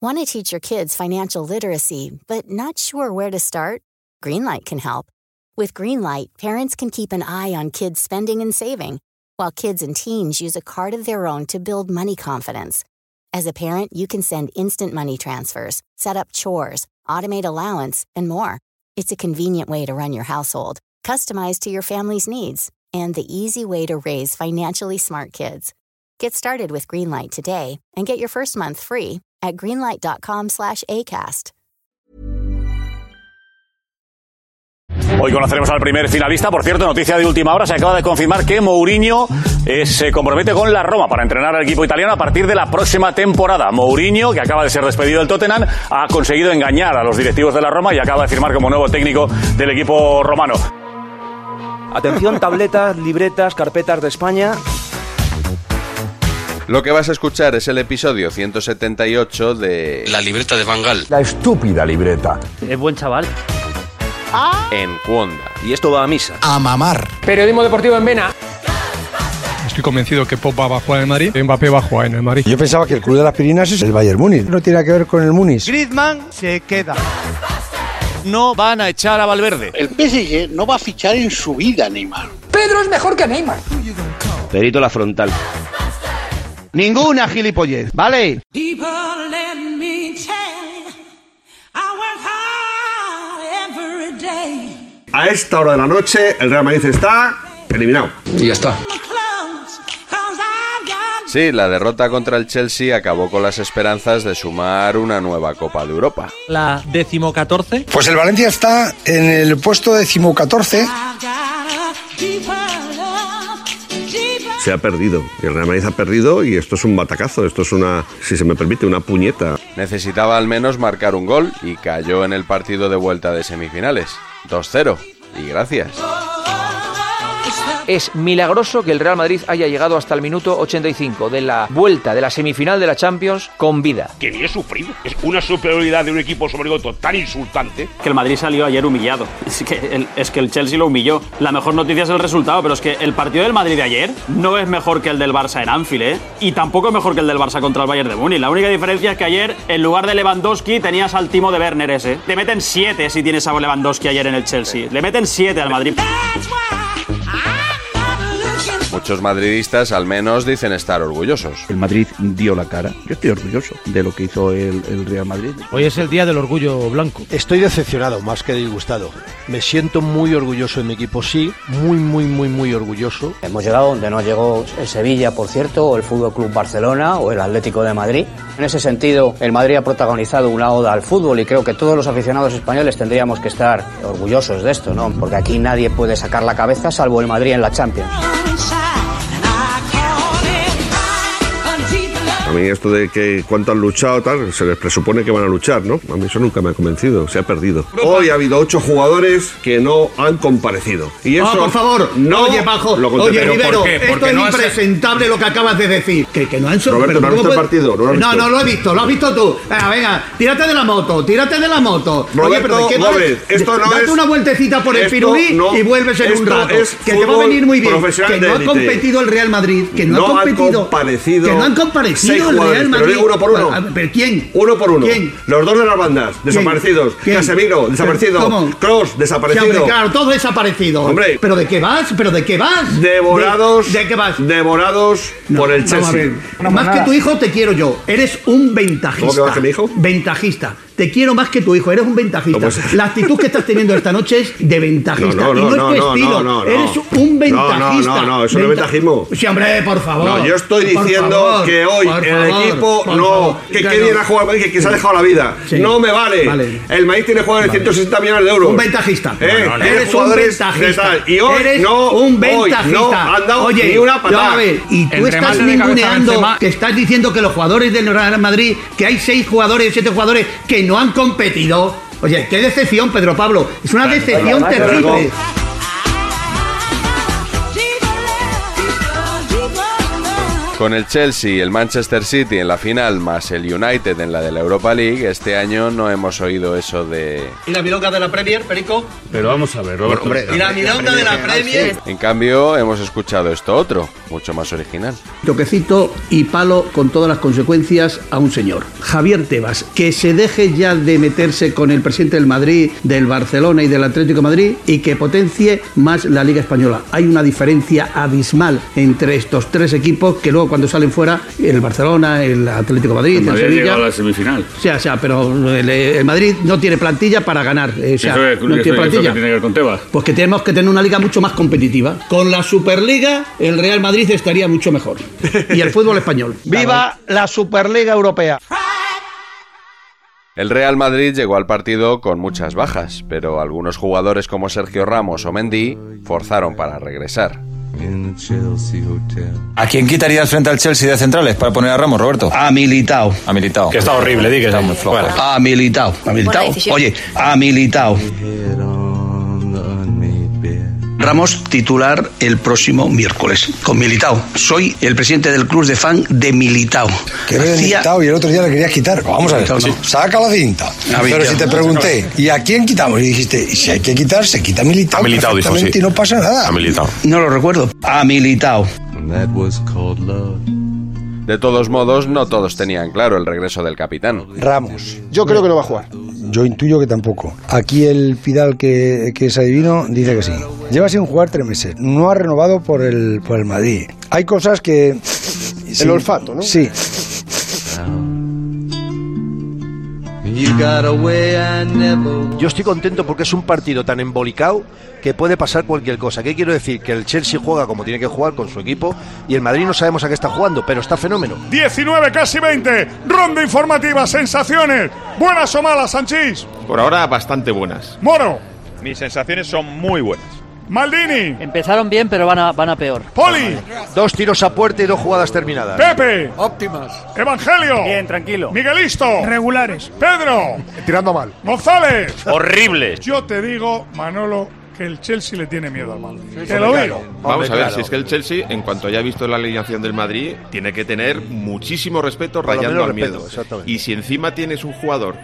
Want to teach your kids financial literacy, but not sure where to start? Greenlight can help. With Greenlight, parents can keep an eye on kids' spending and saving, while kids and teens use a card of their own to build money confidence. As a parent, you can send instant money transfers, set up chores, automate allowance, and more. It's a convenient way to run your household, customized to your family's needs, and the easy way to raise financially smart kids. Get started with Greenlight today and get your first month free at greenlight.com slash ACAST. Hoy conoceremos al primer finalista. Por cierto, noticia de última hora, se acaba de confirmar que Mourinho eh, se compromete con la Roma para entrenar al equipo italiano a partir de la próxima temporada. Mourinho, que acaba de ser despedido del Tottenham, ha conseguido engañar a los directivos de la Roma y acaba de firmar como nuevo técnico del equipo romano. Atención, tabletas, libretas, carpetas de España. Lo que vas a escuchar es el episodio 178 de La libreta de Bangal. La estúpida libreta. Es buen chaval. En Cuonda. Y esto va a misa. Ah. A mamar. Periodismo deportivo en Vena. Estoy convencido que Pop va a jugar en el Madrid, Mbappé va a jugar en el Madrid. Yo pensaba que el club de las Pirinas es el Bayern Múnich. No tiene nada que ver con el Múnich. Griezmann se queda. No van a echar a Valverde. El PSG no va a fichar en su vida Neymar. Pedro es mejor que Neymar. Perito la frontal. Ninguna gilipollez, ¿vale? A esta hora de la noche, el Real Madrid está eliminado. Y ya está. Sí, la derrota contra el Chelsea acabó con las esperanzas de sumar una nueva Copa de Europa. La decimocatorce. Pues el Valencia está en el puesto decimocatorce. Se ha perdido. Y el Real Madrid ha perdido y esto es un batacazo. Esto es una, si se me permite, una puñeta. Necesitaba al menos marcar un gol y cayó en el partido de vuelta de semifinales. 2-0. Y gracias. Es milagroso que el Real Madrid haya llegado hasta el minuto 85 de la vuelta de la semifinal de la Champions con vida. que ni he sufrido. Es una superioridad de un equipo sobre otro tan insultante. Que el Madrid salió ayer humillado. Es que el, es que el Chelsea lo humilló. La mejor noticia es el resultado, pero es que el partido del Madrid de ayer no es mejor que el del Barça en Anfield, ¿eh? Y tampoco es mejor que el del Barça contra el Bayern de Múnich. La única diferencia es que ayer, en lugar de Lewandowski, tenías al Timo de Werner ese. Te meten 7 si tienes a Lewandowski ayer en el Chelsea. Le meten 7 al Madrid. Muchos madridistas al menos dicen estar orgullosos. El Madrid dio la cara. Yo estoy orgulloso de lo que hizo el, el Real Madrid. Hoy es el día del orgullo blanco. Estoy decepcionado, más que disgustado. Me siento muy orgulloso de mi equipo, sí, muy, muy, muy, muy orgulloso. Hemos llegado donde no llegó el Sevilla, por cierto, o el Fútbol Club Barcelona o el Atlético de Madrid. En ese sentido, el Madrid ha protagonizado una oda al fútbol y creo que todos los aficionados españoles tendríamos que estar orgullosos de esto, ¿no? Porque aquí nadie puede sacar la cabeza salvo el Madrid en la Champions. A mí esto de que cuánto han luchado, tal, se les presupone que van a luchar, ¿no? A mí eso nunca me ha convencido, se ha perdido. Hoy ha habido ocho jugadores que no han comparecido. Y eso, No, Ah, por favor, no oye, Pajo, lo conté. oye, Pero Rivero, ¿por qué? esto Porque es no has- impresentable lo que acabas de decir. Que, que no han so- Roberto, pero ¿no has ¿cómo visto puede- el partido? ¿No lo has no, visto? no lo he visto, lo has visto tú. Venga, venga, tírate de la moto, tírate de la moto. oye, Roberto pero ¿de qué vas? Gómez, esto no Date es- una vueltecita por el esto Pirulí no- y vuelves en un esto rato. es que te va a fútbol venir muy bien. profesional Que de no ha élite. competido el Real Madrid, que no, No ha han competido. comparecido Que no han comparecido seis el Real jugadores, pero Madrid. digo uno por uno. A- ¿Pero quién? Uno por uno. ¿Quién? Los dos de las bandas, desaparecidos. ¿Quién? Casemiro, desaparecido. ¿Cómo? Cross, Sí, desaparecido. hombre, claro, todo desaparecido. Hombre. ¿Pero de qué vas? ¿Pero de qué vas? Devorados. ¿De, de qué vas? Devorados por el Vamos a Chelsea. ver. Más que tu hijo te quiero yo. Eres un ventajista. ¿Cómo que más que mi hijo? Ventajista. Te Te quiero más que tu hijo, eres un ventajista. No, pues- La actitud que estás teniendo esta noche es de ventajista. No, no, y no, no, es tu no, estilo, no, no, no. eres un ventajista. No, no, no, eso no es ventajismo. Sí, hombre, por favor. No, yo estoy Por diciendo favor, que hoy por el favor, equipo por no, favor. que Ya qué no. bien ha jugado el Madrid, que, que se ha Sí. dejado la vida. Sí. No me vale. Vale. El Madrid tiene jugadores de 160 millones de euros. Un ventajista. Eh, No, no, no. tiene Eres un jugadores de ventajista. tal. Y hoy Eres no, un hoy ventajista. no han dado Oye, ni una patada. vamos a ver, y tú estás ninguneando, que estás diciendo que los jugadores del Real Madrid, que hay seis jugadores, siete jugadores que no han competido. Oye, qué decepción, Pedro Pablo. Es una decepción además, terrible. luego- Con el Chelsea, el Manchester City en la final, más el United en la de la Europa League, este año no hemos oído eso de... ¿Y la milonga de la Premier, Perico? Pero vamos a ver, Roberto. milonga de la Premier? En cambio, hemos escuchado esto otro, mucho más original. Toquecito y palo con todas las consecuencias a un señor. Javier Tebas, que se deje ya de meterse con el presidente del Madrid, del Barcelona y del Atlético de Madrid y que potencie más la Liga Española. Hay una diferencia abismal entre estos tres equipos que luego cuando salen fuera, el Barcelona, el Atlético de Madrid, el, Madrid ha Sevilla... llegado a la semifinal. O sea, o sea, pero el, el Madrid no tiene plantilla para ganar. eh, O sea, eso es, no eso- eso tiene que plantilla. tiene que ver con Tebas. Pues que tenemos que tener una liga mucho más competitiva. Con la Superliga, el Real Madrid estaría mucho mejor. Y el fútbol español. ¡Viva la Superliga Europea! El Real Madrid llegó al partido con muchas bajas, pero algunos jugadores como Sergio Ramos o Mendy forzaron para regresar. ¿A quién quitarías frente al Chelsea de centrales para poner a Ramos, Roberto? A Militao. A Militao. Que está horrible, diga. Está muy flojo. Ha militado, ha militado. decisión. Oye, ha militado. Ramos titular el próximo miércoles con Militao. Soy el presidente del club de fan de Militao. Que eres Hacía- limitado y el otro día le querías quitar. Vamos a ver, No, no. saca la cinta. A ver, Pero ya. si te pregunté, ¿y a quién quitamos? Y dijiste, si hay que quitar, se quita militar. A Militao dijo, sí. Y no pasa Ah. nada. No lo recuerdo. Ha militado. De todos modos, no todos tenían claro el regreso del capitán. Ramos. Yo creo que no va a jugar. Yo intuyo que tampoco. Aquí el Pidal que, que es adivino dice que sí. Lleva sin jugar tres meses. No ha renovado por el, por el Madrid. Hay cosas que... El olfato, ¿no? Sí. Yo estoy contento porque es un partido tan embolicado que puede pasar cualquier cosa. ¿Qué quiero decir? Que el Chelsea juega como tiene que jugar con su equipo y el Madrid no sabemos a qué está jugando, pero está fenómeno. 19, casi 20. Ronda informativa, sensaciones. Buenas o malas, Sanchís. Por ahora bastante buenas. Moro, Mis sensaciones son muy buenas. Maldini. Empezaron bien, pero van a, van a peor. Poli. Dos tiros a puerta y dos jugadas terminadas. Pepe. Óptimas. Evangelio. Bien, tranquilo. Miguelisto. Regulares. Pedro. Tirando mal. González. Horrible. Yo te digo, Manolo, que el Chelsea le tiene miedo al Madrid. te Hombre, lo claro. digo. Vamos a ver, claro. si es que el Chelsea, en cuanto haya visto la alineación del Madrid, tiene que tener muchísimo respeto Por lo rayando menos al respeto, miedo. exactamente. Y si encima tienes un jugador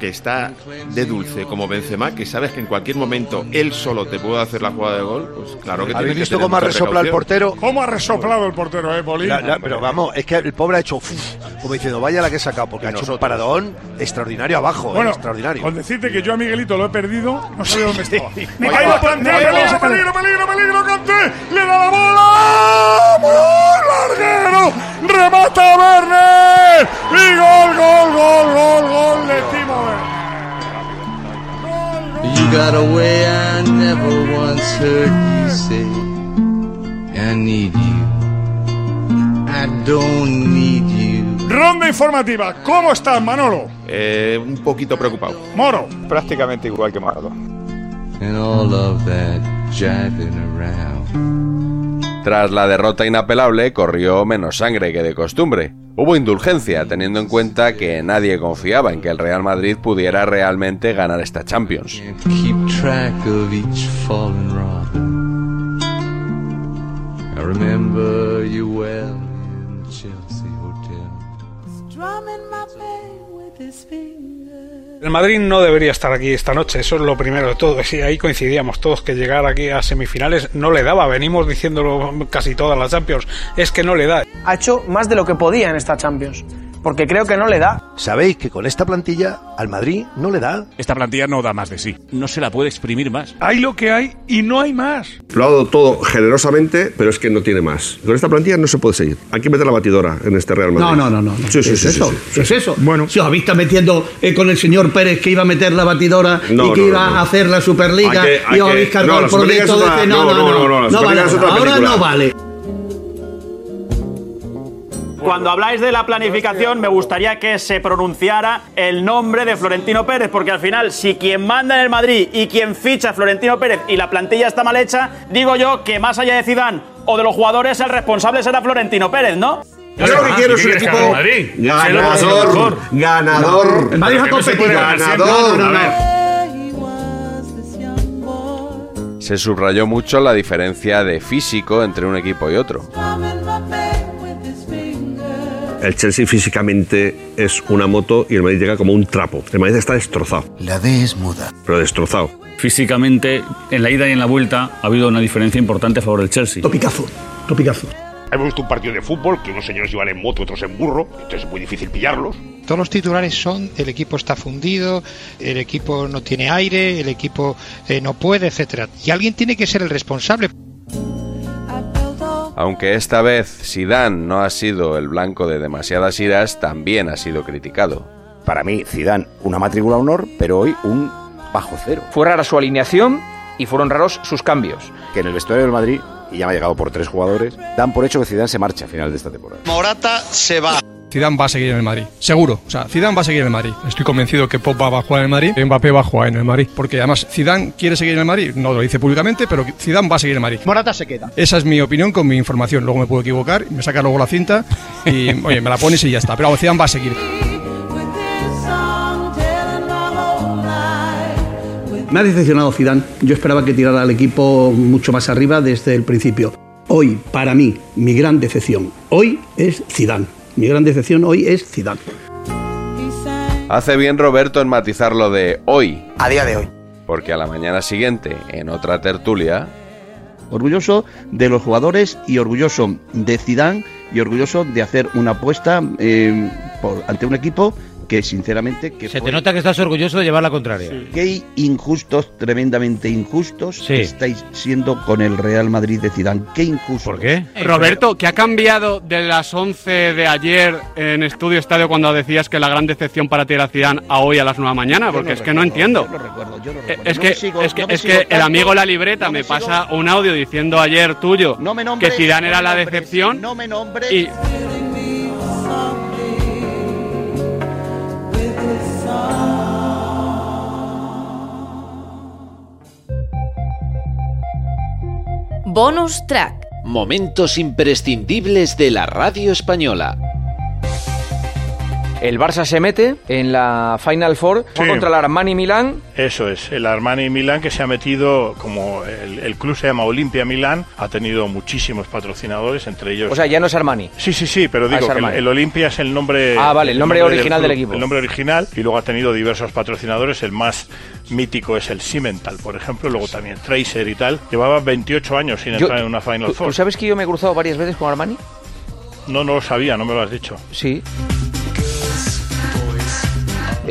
que está de dulce como Benzema, que sabes que en cualquier momento él solo te puede hacer la jugada de gol, pues claro que tienes ¿Habéis que visto tener cómo ha mucha resoplado el precaución. portero? ¿Cómo ha resoplado el portero, eh, Poli? La- la- pero vamos, es que el pobre ha hecho uf, como diciendo, vaya la que he sacado, porque ha hecho un paradón extraordinario abajo, eh, Bueno, extraordinario. Con decirte que yo a Miguelito lo he perdido, no sabía dónde estaba. Me Oye, caigo va, plantea, oye, peligro, va. peligro, peligro, peligro, Kanté. Le da la ¡Ah, bola. ¡Muy larguero! ¡Remata Werner! ¡Y gol, gol, gol, gol, gol de Timo Werner! You got a way I never once heard you say. I need you. I don't need you. Ronda informativa. ¿Cómo estás, Manolo? Eh, un poquito preocupado. Moro. Prácticamente igual que Maradona. And all of that jiving around. Tras la derrota inapelable, corrió menos sangre que de costumbre. Hubo indulgencia, teniendo en cuenta que nadie confiaba en que el Real Madrid pudiera realmente ganar esta Champions. Keep track of each fallen robin. I remember you well in the Chelsea Hotel. El Madrid no debería estar aquí esta noche, eso es lo primero de todo. Sí, ahí coincidíamos todos que llegar aquí a semifinales no le daba, venimos diciéndolo casi todas las Champions, es que no le da. Ha hecho más de lo que podía en esta Champions. Porque creo que no le da. Sabéis que con esta plantilla al Madrid no le da. Esta plantilla no da más de sí. No se la puede exprimir más. Hay lo que hay y no hay más. Lo ha dado todo generosamente, pero es que no tiene más. Con esta plantilla no se puede seguir. Hay que meter la batidora en este Real Madrid. No, no, no, no. no. Sí, ¿Es sí, sí, sí, eso? sí. ¿Es eso? Bueno. Si os habéis estado metiendo eh, con el señor Pérez que iba a meter la batidora No, y que no, iba no, no. a hacer la Superliga Hay que- hay y os que- habéis no, cargado la el Superliga proyecto es otra- de este. No, no, no. no, No la Superliga vale es ahora. otra Ahora película. no vale. Cuando habláis de la planificación, me gustaría que se pronunciara el nombre de Florentino Pérez, porque al final, si quien manda en el Madrid y quien ficha a Florentino Pérez y la plantilla está mal hecha, digo yo que más allá de Zidane o de los jugadores, el responsable será Florentino Pérez, ¿no? Yo lo Ah, que quiero es un equipo ganador, ganador, El Madrid ha competido. No, ganador. no, no. Se subrayó mucho la diferencia de físico entre un equipo y otro. El Chelsea físicamente es una moto y el Madrid llega como un trapo. El Madrid está destrozado. La D es muda. Pero destrozado. Físicamente, en la ida y en la vuelta ha habido una diferencia importante a favor del Chelsea. Topicazo, topicazo. Hemos visto un partido de fútbol que unos señores iban en moto, otros en burro, entonces es muy difícil pillarlos. Todos los titulares son el equipo está fundido, el equipo no tiene aire, el equipo eh, no puede, etcétera. Y alguien tiene que ser el responsable. Aunque esta vez Zidane no ha sido el blanco de demasiadas iras, también ha sido criticado. Para mí, Zidane, una matrícula honor, pero hoy un bajo cero. Fue rara su alineación y fueron raros sus cambios. Que en el vestuario del Madrid, y ya me ha llegado por tres jugadores, dan por hecho que Zidane se marcha a final de esta temporada. Morata se va. Zidane va a seguir en el Madrid, seguro. O sea, Zidane va a seguir en el Madrid. Estoy convencido que Pogba va a jugar en el Madrid, Mbappé va a jugar en el Madrid, porque además Zidane quiere seguir en el Madrid, no lo dice públicamente, pero Zidane va a seguir en el Madrid. Morata se queda. Esa es mi opinión con mi información. Luego me puedo equivocar, me saca luego la cinta y oye, me la pones y ya está. Pero vamos, Zidane va a seguir. Me ha decepcionado Zidane. Yo esperaba que tirara al equipo mucho más arriba desde el principio. Hoy, para mí, mi gran decepción hoy es Zidane. Mi gran decepción hoy es Zidane. Hace bien Roberto en matizar lo de hoy. A día de hoy. Porque a la mañana siguiente, en otra tertulia, Orgulloso de los jugadores y orgulloso de Zidane y orgulloso de hacer una apuesta eh, por- ante un equipo que sinceramente que Se te nota que estás orgulloso de llevar la contraria. qué injustos, tremendamente injustos que estáis siendo con el Real Madrid de Zidane. Qué injusto. ¿Por qué? Eh, Roberto, ¿qué ha cambiado de las 11 de ayer en Estudio Estadio cuando decías que la gran decepción para ti era Zidane a hoy a las 9 de la mañana? Porque es que no entiendo. Eh, Es No que, me sigo- es que, no me es sigo que el tanto, amigo La Libreta me, pasa un audio diciendo ayer tuyo que nombres, Zidane no era me la nombres, decepción no me nombres. y Bonus track. Momentos imprescindibles de la radio española. El Barça se mete en la Final Four Sí. contra el Armani Milán. Eso es, el Armani Milán que se ha metido, como el, el club se llama Olimpia Milán, ha tenido muchísimos patrocinadores, entre ellos... O sea, ya no es Armani. Sí, sí, sí, pero Ah, digo es que el, Armani. el Olimpia es el nombre... Ah, vale, el nombre original del club, equipo. El nombre original, y luego ha tenido diversos patrocinadores, el más mítico es el Cimental, por ejemplo, luego también Tracer y tal. Llevaba 28 años sin Yo- entrar en una Final ¿Tú- Four. tú sabes que yo me he cruzado varias veces con Armani? No, no lo sabía, no me lo has dicho. Sí.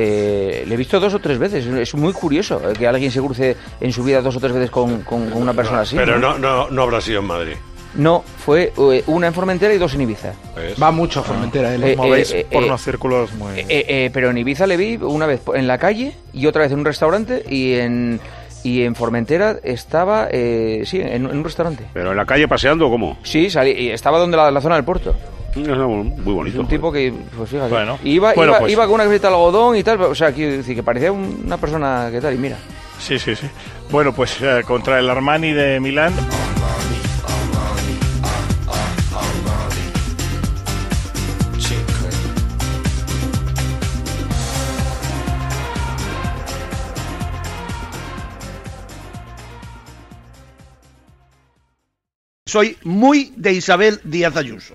Eh, le he visto dos o tres veces. Es muy curioso eh, que alguien se cruce en su vida dos o tres veces con, con- con una persona así. Pero no, no, no habrá sido en Madrid. No, fue eh, una en Formentera y dos en Ibiza. Va mucho a Formentera, eh, los Eh, movéis eh, por eh, unos círculos muy... Eh, eh, pero en Ibiza le vi una vez en la calle y otra vez en un restaurante y en, y en Formentera estaba, eh, sí, en, en un restaurante. ¿Pero en la calle paseando o cómo? Sí, salí, y estaba donde la, la zona del puerto. Muy bonito. un tipo que, pues fíjate, Bueno. iba, Bueno, iba, pues. iba con una camiseta de algodón y tal, o sea, quiero decir que parecía un- una persona que tal, y mira. Sí, sí, sí. Bueno, pues eh, contra el Armani de Milán. Soy muy de Isabel Díaz Ayuso.